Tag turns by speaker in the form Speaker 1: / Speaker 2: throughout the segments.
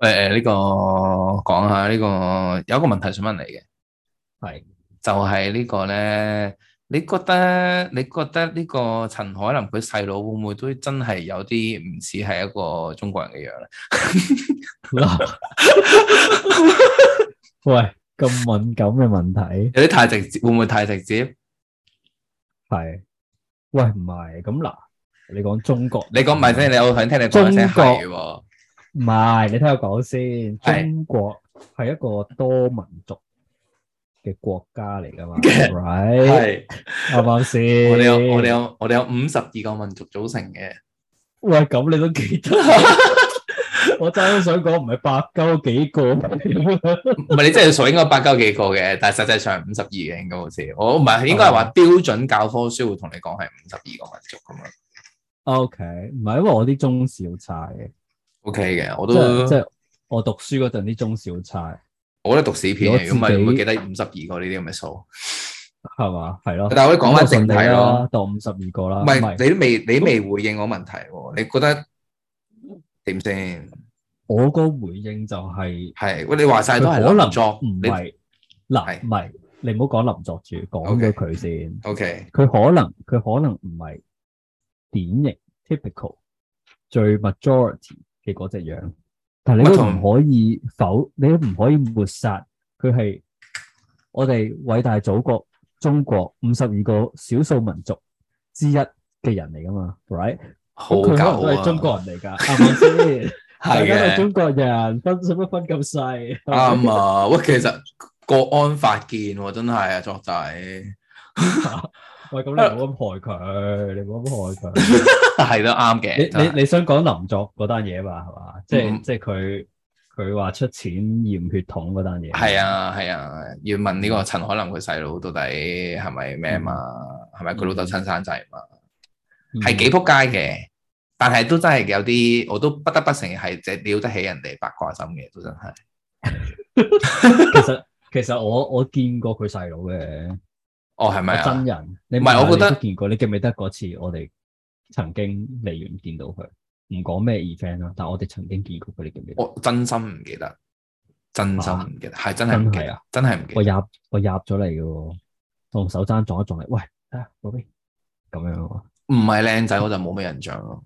Speaker 1: 誒誒，呢個講下呢個有一個問題想問你嘅，
Speaker 2: 係
Speaker 1: 就係呢個咧，你覺得你覺得呢個陳凱琳佢細佬會唔會都真係有啲唔似係一個中國人嘅樣咧？
Speaker 2: Ờ. 喂，咁敏感嘅問題
Speaker 1: 有啲太直接，會唔會太直接？
Speaker 2: 係，喂唔係咁嗱，你講中國，
Speaker 1: 你講埋先，你我想聽你講一聲
Speaker 2: 中國
Speaker 1: 係喎。
Speaker 2: 唔係，你聽我講先。
Speaker 1: 係
Speaker 2: 中國係一個多民族嘅國家嚟噶嘛？Right，啱唔 Ờ, vâng, 啱先？
Speaker 1: 我哋有我哋有我哋有五十二個民族組成嘅，
Speaker 2: 喂，咁你都記得？我真係想講唔係百鳩幾個咩
Speaker 1: 唔係你真係數應該八九幾個嘅，但係實際上五十二嘅應該好似，我唔係應該係話標準教科書會同你講係五十二個民族咁樣。
Speaker 2: ？OK，唔係因為我啲中小差嘅，
Speaker 1: O K 嘅，我
Speaker 2: 即係
Speaker 1: 都
Speaker 2: 即係我讀書嗰陣啲中小差
Speaker 1: 我覺得讀史片嚟，咁咪
Speaker 2: 我自己
Speaker 1: 會記得五十二個呢啲咁嘅數。
Speaker 2: 係嘛？係咯。
Speaker 1: 但係我哋講翻正題
Speaker 2: 啊咁就順利
Speaker 1: 咯，
Speaker 2: 啦，當五十二個啦。
Speaker 1: 唔係你都未你都未回應我問題喎，你覺得點先？
Speaker 2: 我個回應就係、
Speaker 1: 係喂，你話晒都係
Speaker 2: 佢可能
Speaker 1: 林作，
Speaker 2: 唔
Speaker 1: 你
Speaker 2: 係
Speaker 1: 係
Speaker 2: 嗱，唔係你唔好講林作住，講
Speaker 1: OK
Speaker 2: 咗佢先。
Speaker 1: O K
Speaker 2: 佢可能佢可能唔係典型 typical 最 majority 嘅嗰只樣，但係你都
Speaker 1: 咪同
Speaker 2: 唔可以否，你都唔可以抹殺佢係我哋偉大祖國中國五十二個少數民族之一嘅人嚟噶嘛，right？
Speaker 1: 好
Speaker 2: 咁佢可能都
Speaker 1: 狗
Speaker 2: 係
Speaker 1: 啊，
Speaker 2: 中國人嚟㗎，啱唔啱先？大
Speaker 1: 係
Speaker 2: 家都係
Speaker 1: 嘅
Speaker 2: 中國人，分使乜分咁細？
Speaker 1: 啱啊！喂，其實國安法見喎，真係啊，作仔
Speaker 2: 喂，咁你唔好咁害佢，你唔好咁害 佢。
Speaker 1: 係都啱嘅。
Speaker 2: 你
Speaker 1: 真係
Speaker 2: 你你想講林作嗰單嘢嘛？係嘛？即係
Speaker 1: 啊嗯
Speaker 2: 即係佢佢話出錢驗血統嗰單嘢。
Speaker 1: 係，啊係啊，要問呢個陳海林佢細佬到底係咪咩嘛？係咪佢
Speaker 2: 嗯
Speaker 1: 老豆親生仔嘛？係幾撲街嘅，但係都真係有啲，我都不得不承認係只撩得起人哋八卦心嘅，都真係。
Speaker 2: 其實其實我我見過佢細佬嘅，
Speaker 1: 哦，係咪
Speaker 2: 我真
Speaker 1: 啊？
Speaker 2: 人。你
Speaker 1: 唔係我覺得
Speaker 2: 你都見過，你記唔記得嗰次我哋曾經離遠見到佢？唔講咩 event 啦，但我哋曾經見過佢，你記唔記得？
Speaker 1: 我真心唔記得，真心唔記得，係真係唔記
Speaker 2: 真係
Speaker 1: 得，真係唔記
Speaker 2: 啊我
Speaker 1: 得。
Speaker 2: 入我入咗嚟嘅喎，同手踭撞一撞嚟，喂，睇下嗰邊咁樣喎。
Speaker 1: 唔係靚仔我就冇咩印象咯。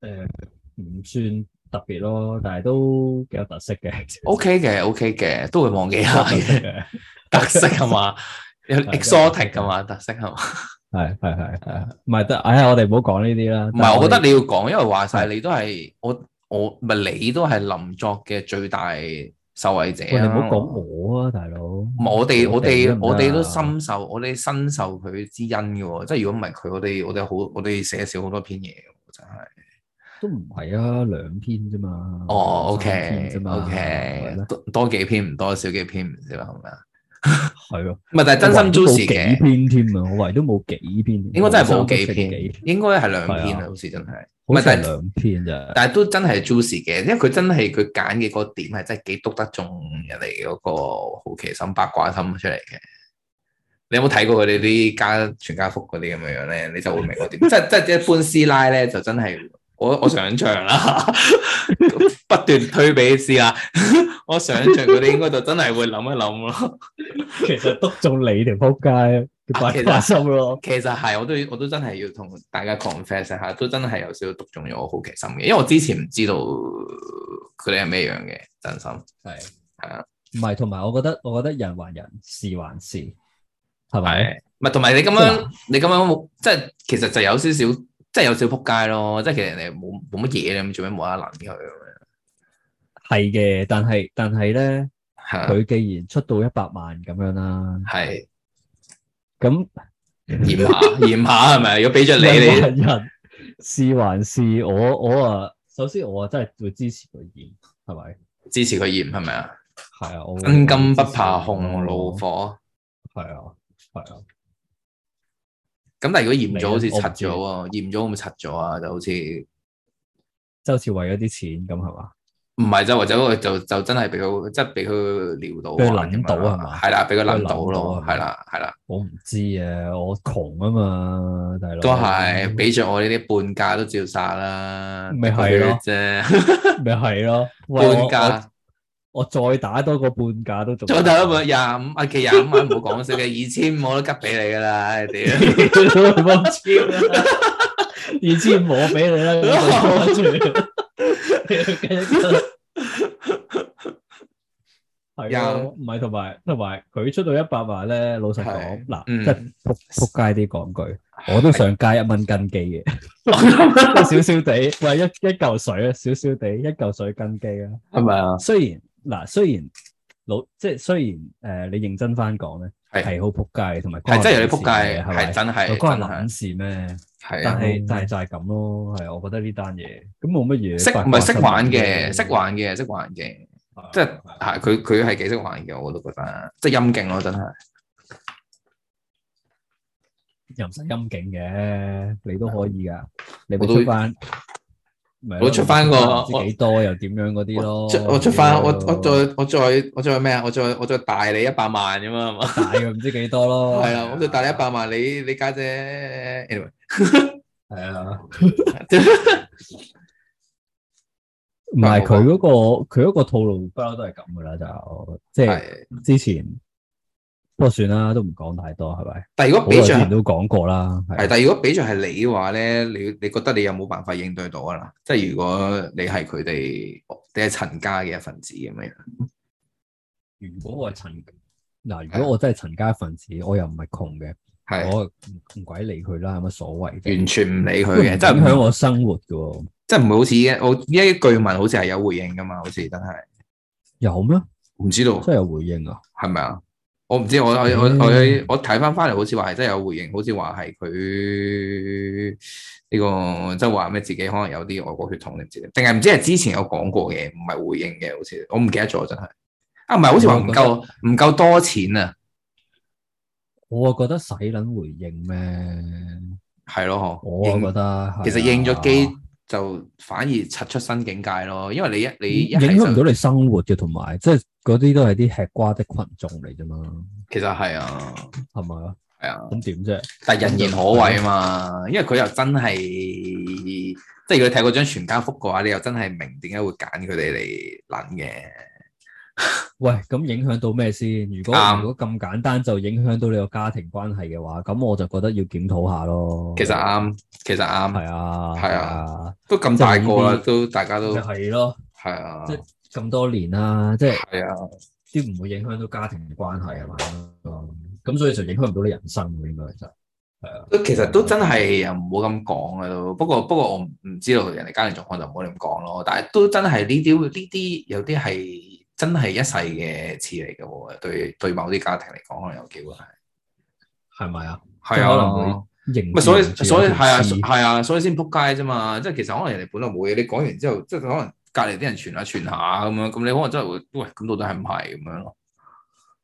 Speaker 2: 誒唔算特別咯，但係都幾有特色嘅。
Speaker 1: OK 嘅，OK 嘅，都會忘記下
Speaker 2: 特色
Speaker 1: 嘅。
Speaker 2: 嘅
Speaker 1: 特色係嘛？有
Speaker 2: 係
Speaker 1: exotic 噶嘛？特色係嘛？
Speaker 2: 係係係係，唔係得，唉，我哋唔好講呢啲啦。
Speaker 1: 唔係，我覺得
Speaker 2: 你
Speaker 1: 你要講，因為話晒你都係我我咪你都係林作嘅最大受惠者
Speaker 2: 喂，
Speaker 1: 啊。
Speaker 2: 你唔好講我啊，大佬。
Speaker 1: 唔係我哋我哋
Speaker 2: 我哋都
Speaker 1: 我哋都
Speaker 2: 唔得啊
Speaker 1: 深受我哋深受佢之恩嘅喎，即係如果唔係佢，我哋我哋好我哋寫少好多篇嘢嘅喎，真係。
Speaker 2: 都唔係啊，兩篇啫嘛。
Speaker 1: 哦
Speaker 2: 三篇啫嘛係
Speaker 1: ，OK，OK，
Speaker 2: 咯
Speaker 1: 多多幾篇唔多，少幾篇唔少，係咪啊？
Speaker 2: 係咯。
Speaker 1: 唔係，但係真心
Speaker 2: 我
Speaker 1: juicy
Speaker 2: 為
Speaker 1: 嘅，
Speaker 2: 都冇幾篇添啊，我為都冇幾篇。
Speaker 1: 應該真係冇幾
Speaker 2: 我三
Speaker 1: 篇
Speaker 2: 都食，
Speaker 1: 應該係兩篇啊，
Speaker 2: 係啊
Speaker 1: 好似真係。唔
Speaker 2: 好
Speaker 1: 係但
Speaker 2: 似係
Speaker 1: 係
Speaker 2: 兩篇 咋。
Speaker 1: 但係都真係 juicy 嘅，因為佢真係佢揀嘅嗰點係真係幾篤得中人哋嗰個好奇心、八卦心出嚟嘅。你有冇睇過佢哋啲家全家福嗰啲咁樣樣咧？你就會明我點，即係即係一般師奶咧就真係我我想象啦，不斷推俾師奶， 我想象佢哋應該就真係會諗一諗咯。
Speaker 2: 其實篤中你條撲街， 叫八卦心咯。
Speaker 1: 其實係我都我都真係要同大家 confess 一下，都真係有少少篤中咗我好奇心嘅，因為我之前唔知道佢哋係咩樣嘅，真心。
Speaker 2: 係
Speaker 1: 係啊。
Speaker 2: 唔係，同埋我覺得，我覺得人還人，事還事，係咪？
Speaker 1: 系，唔係同埋你咁
Speaker 2: 即係
Speaker 1: 樣，你咁樣即係其實就有少少，即係有少少撲街咯。即係其實人哋冇冇乜嘢你咁做咩冇啦啦諗佢咁樣？
Speaker 2: 係嘅，但係但係咧，
Speaker 1: 係啊
Speaker 2: 佢既然出到一百萬咁樣啦，
Speaker 1: 係
Speaker 2: 咁
Speaker 1: 驗下 驗下係咪？如果俾咗你，
Speaker 2: 人
Speaker 1: 你
Speaker 2: 還人事還事，我我啊，首先我啊真係會支持佢演，係咪？
Speaker 1: 支持佢驗係咪啊？
Speaker 2: 係啊，我
Speaker 1: 真金不怕紅爐，火。
Speaker 2: 係啊係啊，
Speaker 1: 咁但係如果驗咗好似
Speaker 2: 你啊
Speaker 1: 柒咗喎，驗咗會唔會柒咗啊？就好似
Speaker 2: 周志偉嗰啲錢咁係嘛？
Speaker 1: 唔係就或者佢就就真係俾佢，即係俾佢撩到，啊
Speaker 2: 俾佢諗到啊係嘛
Speaker 1: 係啦，俾佢諗到
Speaker 2: 俾佢諗
Speaker 1: 咯，
Speaker 2: 到啊
Speaker 1: 係啦，係啦，
Speaker 2: 我唔知啊，我窮啊嘛，大佬。
Speaker 1: 都係俾着我呢啲半價都照殺啦，
Speaker 2: 咪係咯
Speaker 1: 啫，
Speaker 2: 咪係咯？喂
Speaker 1: 半
Speaker 2: 我
Speaker 1: 價。
Speaker 2: 我再打多個半價都仲
Speaker 1: 左大一咪廿五，啊其廿五蚊唔好講笑嘅，二千五我都吉俾你噶啦， 唉屌！
Speaker 2: 蚊超啦，二千五我俾你 啦，咁就攞住。係啊，
Speaker 1: 廿
Speaker 2: 唔係同埋同埋佢出到一百萬咧，老實講
Speaker 1: 係
Speaker 2: 嗱，
Speaker 1: 嗯
Speaker 2: 即係仆仆街啲講句，我都想加一蚊斤機 嘅，少少地，喂一一嚿水啊，少少地一嚿水斤機啊。
Speaker 1: 係咪啊？
Speaker 2: 雖然嗱，雖然老即係雖然誒、呃你認真翻講咧，
Speaker 1: 係
Speaker 2: 係好撲街嘅，同埋關
Speaker 1: 係真係有啲
Speaker 2: 人
Speaker 1: 仆街，
Speaker 2: 事嘅
Speaker 1: 係
Speaker 2: 係
Speaker 1: 真係
Speaker 2: 咪？
Speaker 1: 真
Speaker 2: 有關人
Speaker 1: 係
Speaker 2: 撚事咩？
Speaker 1: 係
Speaker 2: 但
Speaker 1: 啊！
Speaker 2: 係但係就係咁咯，係我覺得呢單嘢咁冇乜嘢
Speaker 1: 識
Speaker 2: 八
Speaker 1: 唔
Speaker 2: 卦
Speaker 1: 係識玩
Speaker 2: 新聞
Speaker 1: 嘅，識玩嘅，識玩嘅，
Speaker 2: 啊
Speaker 1: 即係係佢佢係幾識玩嘅，我都覺得，即係陰勁咯，真係。
Speaker 2: 又唔使陰勁嘅，你都可以噶，你
Speaker 1: 我
Speaker 2: 咪
Speaker 1: 都
Speaker 2: 出翻，咪
Speaker 1: 我出返個
Speaker 2: 唔知幾多又點樣嗰啲咯
Speaker 1: 我，出我出翻我
Speaker 2: 屌
Speaker 1: 我再我再我再咩啊？我再我再大你一百萬咁啊係嘛？
Speaker 2: 大嘅唔知幾多咯，
Speaker 1: 係啊，我再大你一百萬，你你家姐 anyway
Speaker 2: 係啊，唔係佢嗰個佢嗰個套路不嬲都係咁噶啦，就即係
Speaker 1: 係。
Speaker 2: 之前，不過算啦，都唔講太多，係咪？
Speaker 1: 但係如
Speaker 2: 好
Speaker 1: 果
Speaker 2: 耐
Speaker 1: 比
Speaker 2: 之
Speaker 1: 着
Speaker 2: 前都講過啦，係啊
Speaker 1: 係，但係如果比著係你嘅話咧，你你覺得你有冇辦法應對到啊？啦，即係如果你係佢哋，你係陳家嘅一份子咁樣，
Speaker 2: 如果我係陳嗱，如果我真係陳家分子，我又唔係窮嘅，
Speaker 1: 係
Speaker 2: 我唔唔鬼理佢啦，有乜所謂啫？
Speaker 1: 完全唔理佢
Speaker 2: 都唔
Speaker 1: 嘅，即係
Speaker 2: 影
Speaker 1: 唔
Speaker 2: 響我生活嘅喎，
Speaker 1: 即係唔會好似依家我依家啲據聞好似係有回應噶嘛，好似真係
Speaker 2: 有咩？
Speaker 1: 唔知道
Speaker 2: 真係有回應啊？
Speaker 1: 係咪啊？我唔知，我我我
Speaker 2: 嗯
Speaker 1: 我我睇翻翻嚟，好似話係真係有回應，好似話係佢呢個即係話咩自己可能有啲外國血統，你唔知定係唔知係之前有講過嘅，唔係回應嘅，好似我唔記得咗真係。啊，唔係，好似話唔夠唔夠多錢啊，
Speaker 2: 我啊覺得使撚回應咩？
Speaker 1: 係咯，
Speaker 2: 我啊
Speaker 1: 嗬
Speaker 2: 覺
Speaker 1: 應
Speaker 2: 得係啊
Speaker 1: 其實應咗機就反而擦出新境界咯，因為你一你一
Speaker 2: 影
Speaker 1: 係
Speaker 2: 響唔
Speaker 1: 就
Speaker 2: 到你生活嘅，同埋即係嗰啲都係啲吃瓜的群眾嚟啫嘛，
Speaker 1: 其實係啊，
Speaker 2: 係咪啊？
Speaker 1: 係啊。
Speaker 2: 咁點啫？
Speaker 1: 但人言可畏啊嘛，因為佢又真係，即係如果你睇嗰張全家福嘅話，你又真係明點解會揀佢哋嚟撚嘅。
Speaker 2: 喂，咁影響到咩先？如果
Speaker 1: 啱
Speaker 2: 如果咁簡單就影響到你個家庭關係嘅話，咁我就覺得要檢討下咯。
Speaker 1: 其實啱，其實啱，
Speaker 2: 哦係啊，
Speaker 1: 係
Speaker 2: 啊，
Speaker 1: 都咁大個
Speaker 2: 即係呢
Speaker 1: 啦
Speaker 2: 啲，
Speaker 1: 都大家都
Speaker 2: 就
Speaker 1: 係
Speaker 2: 係咯，
Speaker 1: 啊，
Speaker 2: 即係咁多年啦，即係
Speaker 1: 係啊，
Speaker 2: 啲唔會影響到家庭嘅關係係啊嘛？咁所以就影響唔到你人生嘅應該就
Speaker 1: 都其實都真係又唔好咁講嘅都。不過不過我唔唔知道人哋家庭狀況就唔好咁講咯。但係都真係呢啲呢啲有啲係真係一世嘅事嚟嘅喎。對對某啲家庭嚟講，可能有機會係
Speaker 2: 係咪啊？
Speaker 1: 係
Speaker 2: 即係可能
Speaker 1: 啊
Speaker 2: 會。認
Speaker 1: 咪所以
Speaker 2: 知唔知
Speaker 1: 所以
Speaker 2: 有條
Speaker 1: 係啊
Speaker 2: 刺
Speaker 1: 係啊，所以先撲街啫嘛。即係其實可能人哋本來冇嘢，你講完之後，即係可能隔離啲人傳下啊傳下咁樣，咁你可能真係會喂咁到底係唔係咁樣咯？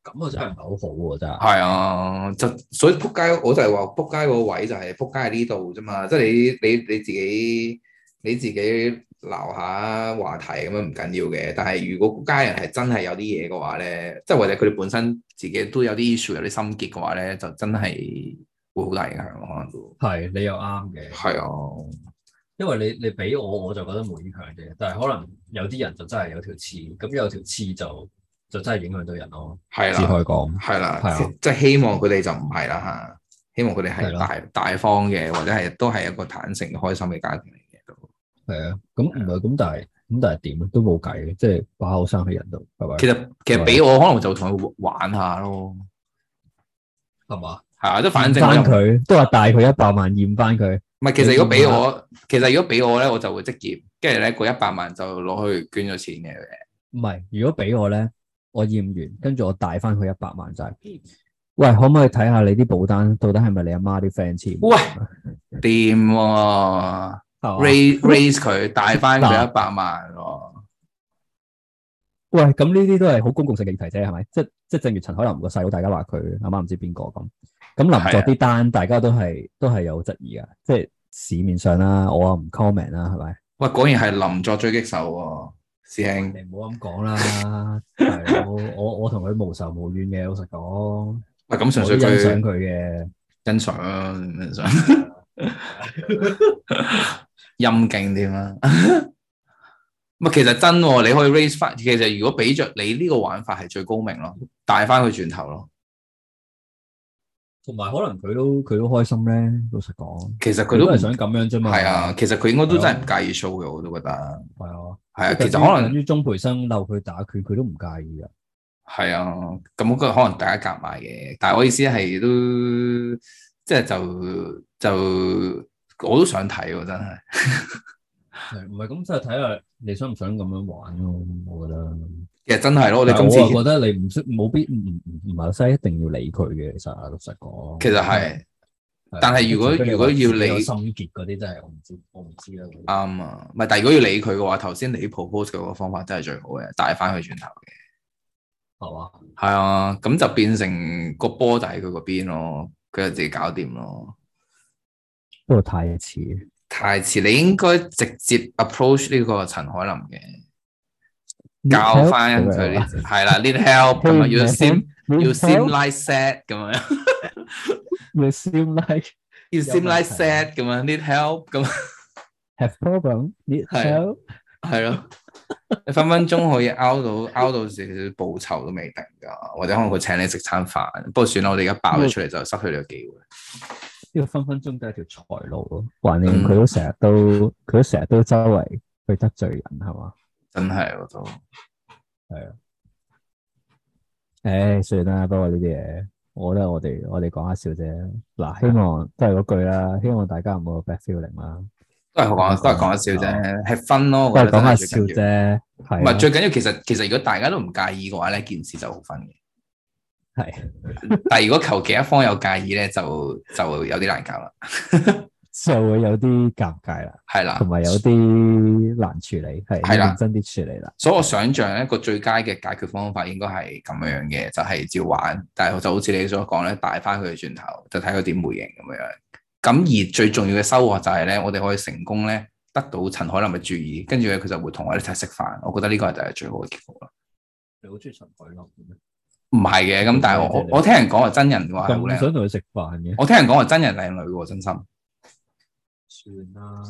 Speaker 2: 咁啊真係唔係好好喎，真係。
Speaker 1: 係啊，就所以撲街，我就係話撲街個位就係撲街喺呢度啫嘛。即係你你你自己你自己鬧下話題咁樣唔緊要嘅，但係如果家人係真係有啲嘢嘅話咧，即係或者佢哋本身自己都有啲 issue 有啲心結嘅話咧，就真係會好大影響咯可能都
Speaker 2: 係你又啱嘅。
Speaker 1: 係啊。
Speaker 2: 因為你你俾我我就覺得冇影響嘅，但係可能有啲人就真係有條刺，咁有條刺就就真係影響到人咯，
Speaker 1: 係
Speaker 2: 只
Speaker 1: 啦，
Speaker 2: 可以講。
Speaker 1: 係啦，
Speaker 2: 係啊
Speaker 1: 即即係希望佢哋就唔係啦吓，希望佢哋
Speaker 2: 係
Speaker 1: 係
Speaker 2: 咯
Speaker 1: 大大方嘅，或者係都係一個坦誠開心嘅家庭嚟嘅都。
Speaker 2: 係啊，咁唔係咁，但係咁但係點咧都冇計嘅，即係把口生喺人度，係咪？
Speaker 1: 其實其實俾我可能就同佢玩下咯，
Speaker 2: 係嘛？
Speaker 1: 係啊，即係反正我
Speaker 2: 翻
Speaker 1: 又唔
Speaker 2: 佢都話大佢一百萬驗翻佢，
Speaker 1: 係，其實如果俾我，其實如果俾我咧，我就會積業，跟住咧嗰一百萬就攞去捐咗錢嘅。
Speaker 2: 唔係如果俾我咧，我驗完跟住我大翻佢一百萬就係、
Speaker 1: 嗯
Speaker 2: 喂，可唔可以睇下你啲保單到底係咪你阿媽啲 friend 簽？
Speaker 1: 喂掂喎
Speaker 2: 係嘛
Speaker 1: ，raise raise 啊佢，大翻佢一百萬喎。
Speaker 2: 喂，咁呢啲都係好公共性嘅議題啫，係咪？即即正如陳海林個細佬，大家話佢阿媽唔知邊個咁。咁
Speaker 1: 係啊
Speaker 2: 林作啲單，大家都係都係有質疑噶，即係市面上啦，我啊唔 comment 啦，係咪？
Speaker 1: 喂，果然係林作狙擊手喎。師兄
Speaker 2: 你唔好咁 講啦，大佬，我我同佢無仇無怨嘅，老實講，我
Speaker 1: 喂咁
Speaker 2: 都
Speaker 1: 純
Speaker 2: 欣
Speaker 1: 粹佢
Speaker 2: 賞佢嘅。
Speaker 1: 欣賞啊欣賞，陰勁添啦。唔係其實真喎，你可以 raise 翻。其實如果俾着你呢個玩法係最高明咯，帶翻佢轉頭咯。
Speaker 2: 同埋可能佢都佢都開心咧，老實講，
Speaker 1: 其實
Speaker 2: 佢
Speaker 1: 佢
Speaker 2: 都
Speaker 1: 都
Speaker 2: 係
Speaker 1: 唔
Speaker 2: 想咁樣啫嘛。
Speaker 1: 係啊，，其實佢應該都真係唔介意 show 嘅，我都覺得
Speaker 2: 係啊，
Speaker 1: 係啊。
Speaker 2: 即係
Speaker 1: 其實可
Speaker 2: 等
Speaker 1: 能
Speaker 2: 於鍾培生嬲佢打拳，佢都唔介意噶。
Speaker 1: 係啊，咁佢可能大家夾埋嘅。但係我意思係都即係就就我都想睇喎，真係。
Speaker 2: 係唔係咁就睇下你想唔想咁樣玩咯？我覺得。
Speaker 1: 其實真係咯，我哋今
Speaker 2: 但我
Speaker 1: 次
Speaker 2: 啊覺得你唔識冇必唔唔唔唔係西一定要理佢嘅，其實啊老實講。啊
Speaker 1: 其實係。但係如果
Speaker 2: 除非你
Speaker 1: 如果要
Speaker 2: 話自己有
Speaker 1: 理
Speaker 2: 心結嗰啲真係我唔知，我唔知啦。
Speaker 1: 啱啊，唔係，但係如果要理佢嘅話，頭先你 propose 嘅嗰個方法真係最好嘅，帶翻佢轉頭嘅。
Speaker 2: 係嘛？
Speaker 1: 係啊，咁就變成個波就喺佢嗰邊咯，佢就自己搞掂咯。
Speaker 2: 不過太似，
Speaker 1: 太遲，你應該直接 approach 呢個陳海林嘅，教翻佢呢係啦，need help 咁啊，要 seem 要 seem like sad 咁樣，
Speaker 2: 要 seem like
Speaker 1: 要 seem
Speaker 2: 有問
Speaker 1: like
Speaker 2: 題
Speaker 1: sad 咁樣，need help 咁樣
Speaker 2: have problem need
Speaker 1: 係
Speaker 2: help。
Speaker 1: 係咯，你分分鐘可以 out 到 out 到少少報酬都未定㗎，或者可能佢請你食餐飯。不過算啦，我哋而家爆咗出嚟就失去呢個機會。
Speaker 2: 呢個分分鐘都係條財路咯。橫掂佢都成日都佢都成日都周圍去得罪人係嘛？
Speaker 1: 真係我都
Speaker 2: 唉，算啦，不過呢啲嘢，我覺得我哋我哋講下笑啫。嗱，希望都係嗰句啦，希望大家唔好有 bad feeling 啦，
Speaker 1: 都係講都係講一笑啫，係分咯，
Speaker 2: 哦
Speaker 1: 我
Speaker 2: 都
Speaker 1: 覺得
Speaker 2: 係講
Speaker 1: 真係
Speaker 2: 下笑
Speaker 1: 最緊要。
Speaker 2: 啫，
Speaker 1: 唔
Speaker 2: 係
Speaker 1: 係
Speaker 2: 啊
Speaker 1: 最緊要，其實其實如果大家都唔介意嘅話咧，件事就好分嘅。
Speaker 2: 係
Speaker 1: 但係如果求其一方有介意咧，就就有啲難搞啦。
Speaker 2: 就會有啲尷尬啦，
Speaker 1: 係啦
Speaker 2: 同，埋有啲難處理，係
Speaker 1: 係啦
Speaker 2: 認真啲處理啦。
Speaker 1: 所以我想象一個最佳嘅解決方法應該係咁樣樣嘅，就係、照玩，但係就好似你所講咧，帶翻佢轉頭，就睇佢點回應咁樣。咁而最重要嘅收穫就係咧，我哋可以成功咧得到陳海林嘅注意，跟住咧佢就會同我哋一齊食飯。我覺得呢個就係最好嘅結果啦。
Speaker 2: 你好中意陳海樂
Speaker 1: 唔係嘅，咁但係我我我聽人講話真人話好
Speaker 2: 咁
Speaker 1: 靚，
Speaker 2: 想同佢食飯嘅，
Speaker 1: 嗯我聽人講話真人靚女喎，真心。
Speaker 2: 算啦。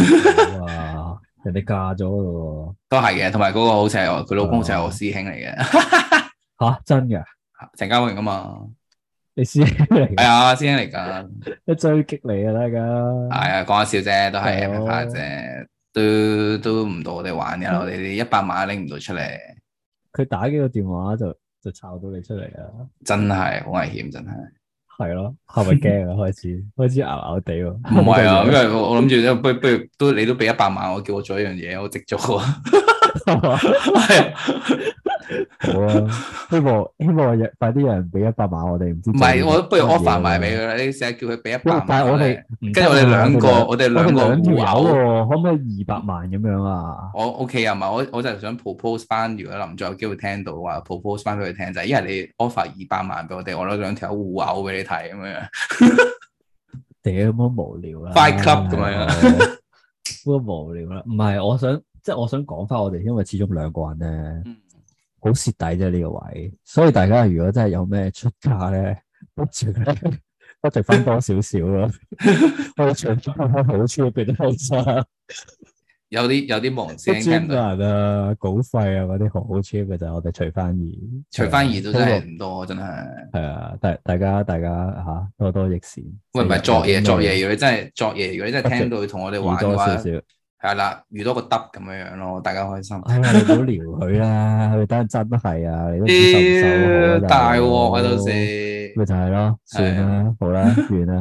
Speaker 2: 哇，人哋嫁咗咯
Speaker 1: 都係嘅，同埋嗰個好似係我佢老公，好似係我師兄嚟嘅，
Speaker 2: 喎，吓真㗎？
Speaker 1: 陳家榮啊嘛，
Speaker 2: 你師兄嚟
Speaker 1: 係
Speaker 2: 㗎，
Speaker 1: 啊，師兄嚟㗎，
Speaker 2: 一追擊你啊，大家
Speaker 1: 係啊，講下笑啫，都係
Speaker 2: 係咯
Speaker 1: M 拍啫，都都唔到我哋玩
Speaker 2: 嗯
Speaker 1: 嘅，我哋啲一百萬拎唔到出嚟，
Speaker 2: 佢打幾個電話就就抄到你出嚟啦。
Speaker 1: 真
Speaker 2: 嗯
Speaker 1: 係好危險， 真係。
Speaker 2: 系咯，系咪驚啊？開始 開始咬咬地喎，
Speaker 1: 唔係 啊，因為我我諗住，不如不如都你都俾一百萬，我叫我做一樣嘢，我即 做啊，係啊
Speaker 2: 好啊，希望希望有快啲有人俾一百萬我哋，唔知
Speaker 1: 唔係我不如
Speaker 2: 做啲乜嘢啊
Speaker 1: offer 埋俾佢啦，你成日叫佢俾一百
Speaker 2: 喂
Speaker 1: 萬，
Speaker 2: 但係我哋，啊
Speaker 1: 跟住我哋兩個，
Speaker 2: 我
Speaker 1: 我哋
Speaker 2: 哋
Speaker 1: 兩個
Speaker 2: 兩
Speaker 1: 互
Speaker 2: 條友
Speaker 1: 有。
Speaker 2: 喎，可唔可以二百萬咁樣啊？
Speaker 1: 我 OK 啊，唔係我我就係想 propose 翻，如果林再有機會聽到話 propose 翻俾佢聽就係，因為你 offer 二百萬俾我哋，我攞兩條互嘔俾你睇咁樣，
Speaker 2: 屌咁無聊啦
Speaker 1: Fight Club 咁樣
Speaker 2: 樣，好無聊啦。唔係，我想即係我想講翻我哋，因為始終兩個人咧。
Speaker 1: 嗯
Speaker 2: 好蝕底啫呢個位，所以大家如果真係有咩出價咧，不如咧， 不如分多少 少咯。我長租開好超俾啲後生，
Speaker 1: 有啲有啲忙
Speaker 2: 即
Speaker 1: 聲
Speaker 2: 係
Speaker 1: 聽
Speaker 2: 專
Speaker 1: 到，
Speaker 2: 人啊、稿費啊嗰啲好超嘅就我哋除翻二，
Speaker 1: 除翻二都真係唔多，真係。
Speaker 2: 係啊，大大家大家吓多多益善。
Speaker 1: 喂，唔係作嘢作嘢，
Speaker 2: 要
Speaker 1: 如果你真係作嘢，如果你真 係聽到佢同我哋玩
Speaker 2: 多
Speaker 1: 嘅
Speaker 2: 少
Speaker 1: 話，
Speaker 2: 少。
Speaker 1: 係啦，遇多個得咁樣樣咯，大家開 心。
Speaker 2: 哎呀，你唔好撩 佢啦，佢等陣真係啊，你都唔知受唔受好啊
Speaker 1: 屌大鑊啊！到
Speaker 2: 大佬
Speaker 1: 時啊
Speaker 2: 咪就係咯，算啦，好啦，完啦。